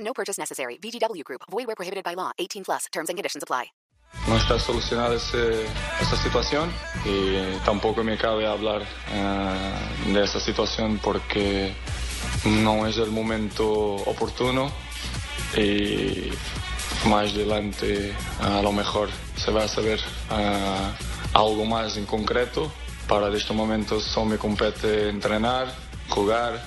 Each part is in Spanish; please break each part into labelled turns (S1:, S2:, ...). S1: No purchase necessary. VGW Group. Void where prohibited by law. 18 plus. Terms and conditions apply.
S2: No está solucionada ese- esa situación y tampoco me cabe hablar eh, de esa situación porque no es el momento oportuno y más adelante eh, a lo mejor se va a saber eh, algo más en concreto. Para este momento solo me compete entrenar, jugar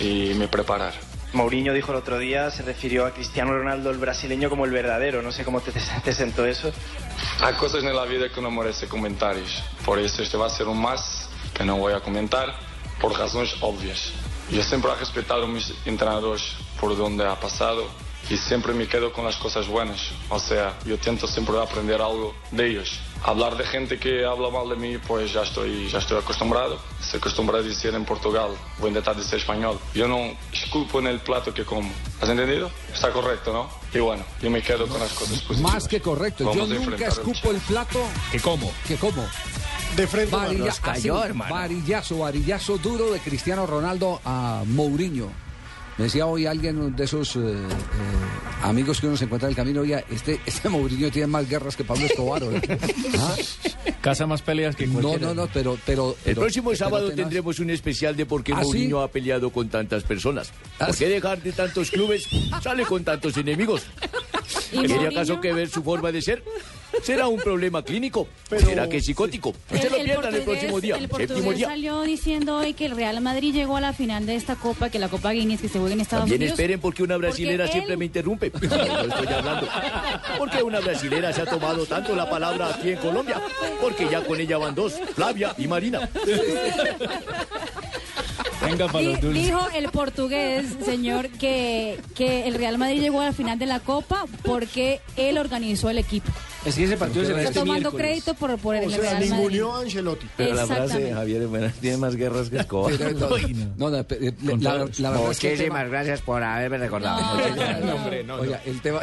S2: y me preparar.
S3: Mourinho dijo el otro día, se refirió a Cristiano Ronaldo el brasileño como el verdadero. No sé cómo te, te sentó eso.
S2: Hay cosas en la vida que no merecen comentarios. Por eso este va a ser un más que no voy a comentar por razones obvias. Yo siempre he respetado a mis entrenadores por donde ha pasado y siempre me quedo con las cosas buenas. O sea, yo intento siempre aprender algo de ellos. Hablar de gente que habla mal de mí, pues ya estoy, ya estoy acostumbrado. Se acostumbra a decir en Portugal, voy a intentar decir español. Yo no escupo en el plato que como. ¿Has entendido? Está correcto, ¿no? Y bueno, yo me quedo con las cosas positivas.
S4: Más que correcto.
S2: Vamos
S4: Yo
S2: a
S4: nunca
S2: enfrentar el
S4: escupo el plato
S5: ¿Qué como?
S4: que como.
S6: De frente,
S4: Varilla-
S5: nos cayó,
S4: así,
S5: hermano.
S4: Varillazo, varillazo duro de Cristiano Ronaldo a Mourinho. Me decía hoy alguien de esos eh, eh, amigos que uno se encuentra en el camino, oye, este, este Mourinho tiene más guerras que Pablo Escobar. ¿o no?" Ah,
S5: Casa más peleas que
S4: No,
S5: cualquiera.
S4: no, no, pero... pero
S7: El
S4: pero-
S7: próximo
S4: pero
S7: sábado
S4: tenaz.
S7: tendremos un especial de por qué
S4: ¿Ah, sí?
S7: Mourinho ha peleado con tantas personas.
S4: ¿Ah,
S7: ¿Por qué
S4: sí?
S7: dejar de tantos clubes? Sale con tantos enemigos.
S8: ¿Y
S7: ¿Tiene
S8: Mourinho?
S7: acaso que ver su forma de ser? ¿Será un problema clínico?
S6: Pero-
S7: ¿Será que es psicótico? No se lo pierdan el próximo día,
S8: el
S7: séptimo
S8: portugués
S7: día.
S8: salió diciendo hoy que el Real Madrid llegó a la final de esta Copa, que la Copa Guinness que se juega en Estados
S7: También
S8: Unidos.
S7: esperen porque una brasilera
S8: él-
S7: siempre me interrumpe. No estoy hablando. Porque una brasilera se ha tomado tanto la palabra aquí en Colombia. Porque ya con ella van dos, Flavia y Marina.
S5: Venga para
S8: Di-
S5: los dulces.
S8: dijo el portugués, señor, que, que el Real Madrid llegó a la final de la Copa porque él organizó el equipo.
S5: Es que ese partido este se
S7: Este
S8: Está tomando crédito por, por el
S6: o sea,
S8: Real Madrid.
S6: ninguneó a Ancelotti.
S8: Pero la frase de Exactamente.
S7: Javier tiene más guerras que Escobar.
S4: Pero, no, no, no, pe- eh, la, la verdad es que el tema-
S7: gracias por haberme recordado.
S4: No, Oiga, el tema,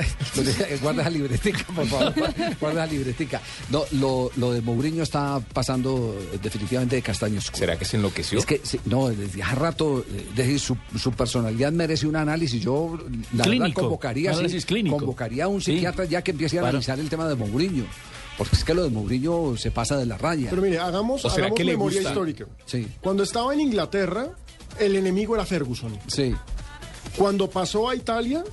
S4: guarda la libretica, por favor, guarda la libretica. No, lo, lo de Mourinho está pasando eh, definitivamente de castaño oscuro.
S5: ¿Será que se enloqueció?
S4: Es que, sí, no, desde hace rato, eh, desde su, su personalidad merece un análisis. Yo, la verdad,
S5: Clínico,
S4: convocaría,
S5: un
S4: sí,
S5: análisis clínico.
S4: convocaría a un
S5: Sí.
S4: psiquiatra ya que empiece a
S5: Claro.
S4: analizar el tema de Mourinho. Porque es que lo de Mourinho se pasa de la raya.
S6: Pero mire, hagamos,
S5: ¿O será
S6: hagamos
S5: que le
S6: memoria
S5: gusta?
S6: histórica.
S4: Sí.
S6: Cuando estaba en Inglaterra, el enemigo era Ferguson.
S4: Sí,
S6: Cuando pasó a Italia,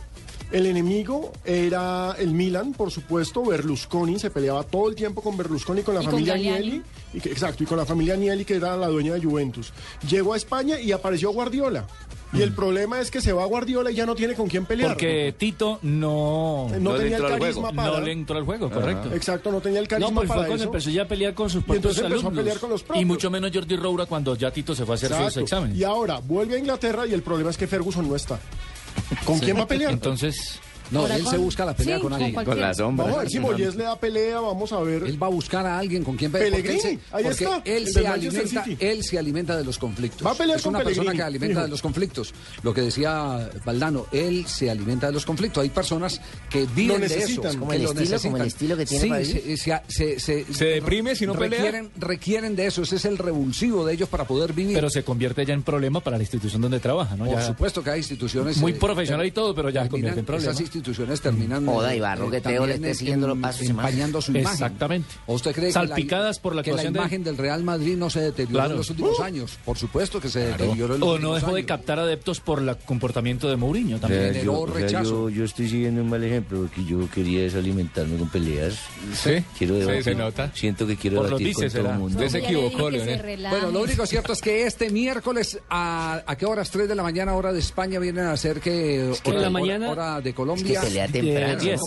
S6: el enemigo era el Milan, por supuesto, Berlusconi, se peleaba todo el tiempo con Berlusconi, con la
S8: Y con
S6: familia
S8: Galliani.
S6: Agnelli, y que- exacto, y con la familia Agnelli, que era la dueña de Juventus. Llegó a España y apareció Guardiola. Y el problema es que se va Guardiola y ya no tiene con quién pelear.
S5: Mm. Porque Tito no,
S6: no,
S7: no le
S6: tenía el
S7: entró al
S6: carisma
S7: juego,
S6: para.
S5: no le entró al juego, correcto.
S6: Exacto, no tenía el carisma
S5: No, pues
S6: para
S5: fue cuando
S6: eso.
S5: empezó ya a pelear con sus
S6: Y entonces
S5: propios
S6: empezó a
S5: alumnos.
S6: pelear con los
S5: y
S6: propios.
S5: mucho menos Jordi Roura cuando ya Tito se fue a hacer sus
S6: Exacto.
S5: exámenes.
S6: Y ahora vuelve a Inglaterra y el problema es que Ferguson no está. ¿Con quién va a pelear?
S5: Entonces,
S4: no,
S8: Ahora
S4: él se
S8: con-
S4: busca la pelea
S8: sí,
S4: con
S8: con
S4: alguien.
S8: cualquier- Con la
S7: sombra.
S6: Vamos a ver si Moyes le da pelea, vamos a ver.
S4: Él va a buscar a alguien con quien pe-
S6: Pellegrini,
S4: porque él se,
S6: ahí
S4: porque
S6: está,
S4: él
S6: el
S4: se
S6: del Manchester
S4: alimenta,
S6: City.
S4: él se alimenta de los conflictos.
S6: Va a pelear
S4: es
S6: con
S4: una persona
S6: Pellegrini,
S4: que alimenta
S6: hijo.
S4: de los conflictos. Lo que decía Valdano, él se alimenta de los conflictos. Hay personas que viven de eso,
S6: necesitan. Como
S4: que
S6: el
S4: lo
S6: estilo, como
S4: necesitan.
S6: el estilo que tiene
S4: Sí,
S6: Madrid.
S4: se, se- se- se-
S5: ¿Se deprime si no pelea?
S4: requieren, requieren de eso. Ese es el revulsivo de ellos para poder vivir.
S5: pero se convierte ya en problema para la institución donde trabaja, ¿no?
S4: Por
S5: Ya-
S4: supuesto que hay instituciones
S5: Muy
S4: eh,
S5: profesional y todo, pero ya
S4: terminan-
S5: convierte en problema.
S4: Esas instituciones terminan.
S7: Joda,
S4: eh,
S7: y Barroqueteo
S4: eh,
S7: le
S4: también
S7: esté siguiendo los
S4: em-
S7: pasos y más.
S4: Empañando su imagen.
S5: Exactamente.
S4: ¿O usted cree que la-
S5: Salpicadas por la
S4: que la
S5: actuación de-
S4: imagen del Real Madrid no se deterioró
S5: Claro. Uh.
S4: en los últimos años? Por supuesto que se deterioró en los
S5: O no
S4: últimos
S5: dejó de
S4: años.
S5: captar adeptos por el comportamiento de Mourinho también.
S4: Generó rechazo.
S7: yo estoy siguiendo un mal ejemplo porque yo quería desalimentarme con peleas.
S5: Sí,
S7: Quiero debatir-
S5: se nota.
S7: Siento que quiero
S5: Por los
S7: debatir con
S5: dices,
S7: todo
S5: será.
S7: el mundo.
S8: No, ya le dije que
S5: Leonel.
S8: se relaje.
S4: Bueno, lo único cierto es que este miércoles, ¿a, a qué horas? 3 de la mañana, hora de España, vienen a ser que.
S5: que
S4: hora,
S5: la mañana-
S4: hora- hora de Colombia.
S7: pelea
S5: Eh, 10.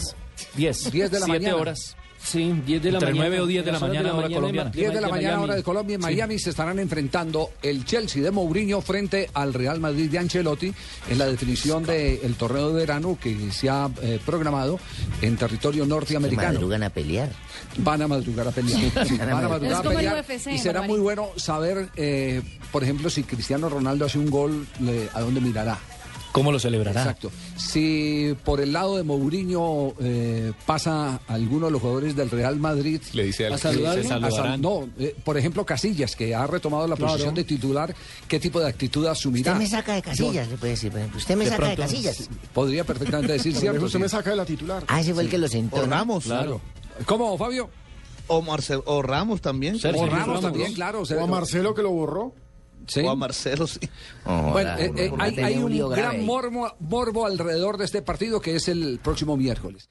S5: 10.
S4: 10 de la
S5: 7
S4: mañana.
S5: horas.
S9: Sí, 10 de la
S5: Entre
S9: mañana.
S5: nueve o diez de la
S9: Las horas
S5: mañana, hora
S9: en Ma-
S5: colombiana.
S4: 10 de la mañana,
S9: Miami.
S4: hora de Colombia. En Miami se estarán enfrentando el Chelsea de Mourinho frente al Real Madrid de Ancelotti en la definición del torneo de verano que se ha eh, programado en territorio norteamericano.
S10: madrugan a pelear.
S4: Van a madrugar a pelear. Sí, van a madrugar a
S8: Es como el
S4: pelear.
S8: UFC,
S4: y será muy bueno saber, eh, por ejemplo, si Cristiano Ronaldo hace un gol, le- ¿a dónde mirará?
S5: ¿Cómo lo celebrará?
S4: Exacto. Si por el lado de Mourinho eh, pasa alguno de los jugadores del Real Madrid
S11: Le dice algo.
S4: a saludarlo,
S11: Se saludarán.
S4: a sal- no, eh, por ejemplo Casillas que ha retomado la
S10: Claro.
S4: posición de titular, ¿qué tipo de actitud asumirá?
S10: Usted me saca de casillas,
S4: Yo-
S10: le puede decir, por ejemplo. Usted me
S4: De
S10: saca de
S4: pronto,
S10: casillas.
S4: Podría perfectamente decir
S10: Por
S4: cierto.
S10: eso usted me
S4: saca de la titular.
S10: Ah, ese fue el que lo sentó.
S12: O Ramos.
S4: Claro. ¿Cómo, Fabio?
S12: O, Marcelo, o Ramos también.
S4: Sergio O Ramos Ramos, también, ¿no? claro,
S12: O
S4: Sergio.
S12: a Marcelo
S6: que lo borró.
S12: O a Marcelo, sí.
S4: Bueno, eh, eh, hay, hay un gran morbo, morbo alrededor de este partido que es el próximo miércoles.